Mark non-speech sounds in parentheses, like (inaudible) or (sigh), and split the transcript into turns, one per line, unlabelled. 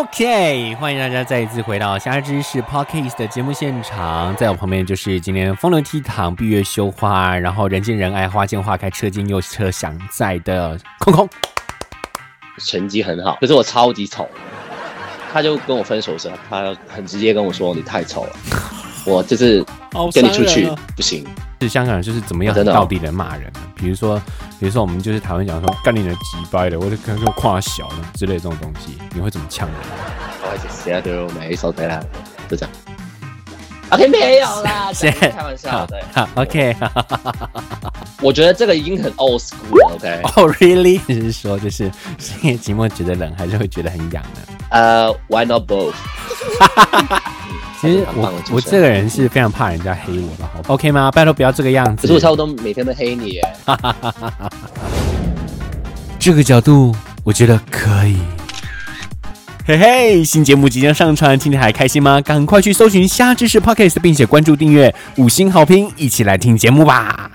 OK，欢迎大家再一次回到《虾之是 Podcast 的节目现场，在我旁边就是今天风流倜傥、闭月羞花，然后人见人爱、花见花开、车见又车想在的空空。
成绩很好，可是我超级丑。他就跟我分手时，他很直接跟我说：“你太丑了，我这次
好
跟你出去、
伤人哦
不行。
是香港人就是怎么样
啊真的哦
到底的骂人、啊，比如说，比如说我们就是台湾讲说干你的鸡掰的，或者跟说跨小的之类的这种东西，你会怎么
(laughs)
呛人？”
不好意思，现在对我没手对啦，就这样。OK，没有啦，
(laughs) 谢谢
开玩笑的。
好，OK，好
我觉得这个已经很 old school 了。OK，
(laughs) 哦、r e a l l y 你是说就是是因为寂寞觉得冷，还是会觉得很痒呢？
呃、w h y not both？
其实
很棒
我
的主持人
我这个人是非常怕人家黑我的，好不好 OK 吗？拜托不要这个样
可
子
是我。差不多每天都黑你耶。
这个角度我觉得可以。嘿嘿，新节目即将上传，听得还开心吗？赶快去搜寻“虾知识 Podcast”，并且关注订阅、五星好评，一起来听节目吧。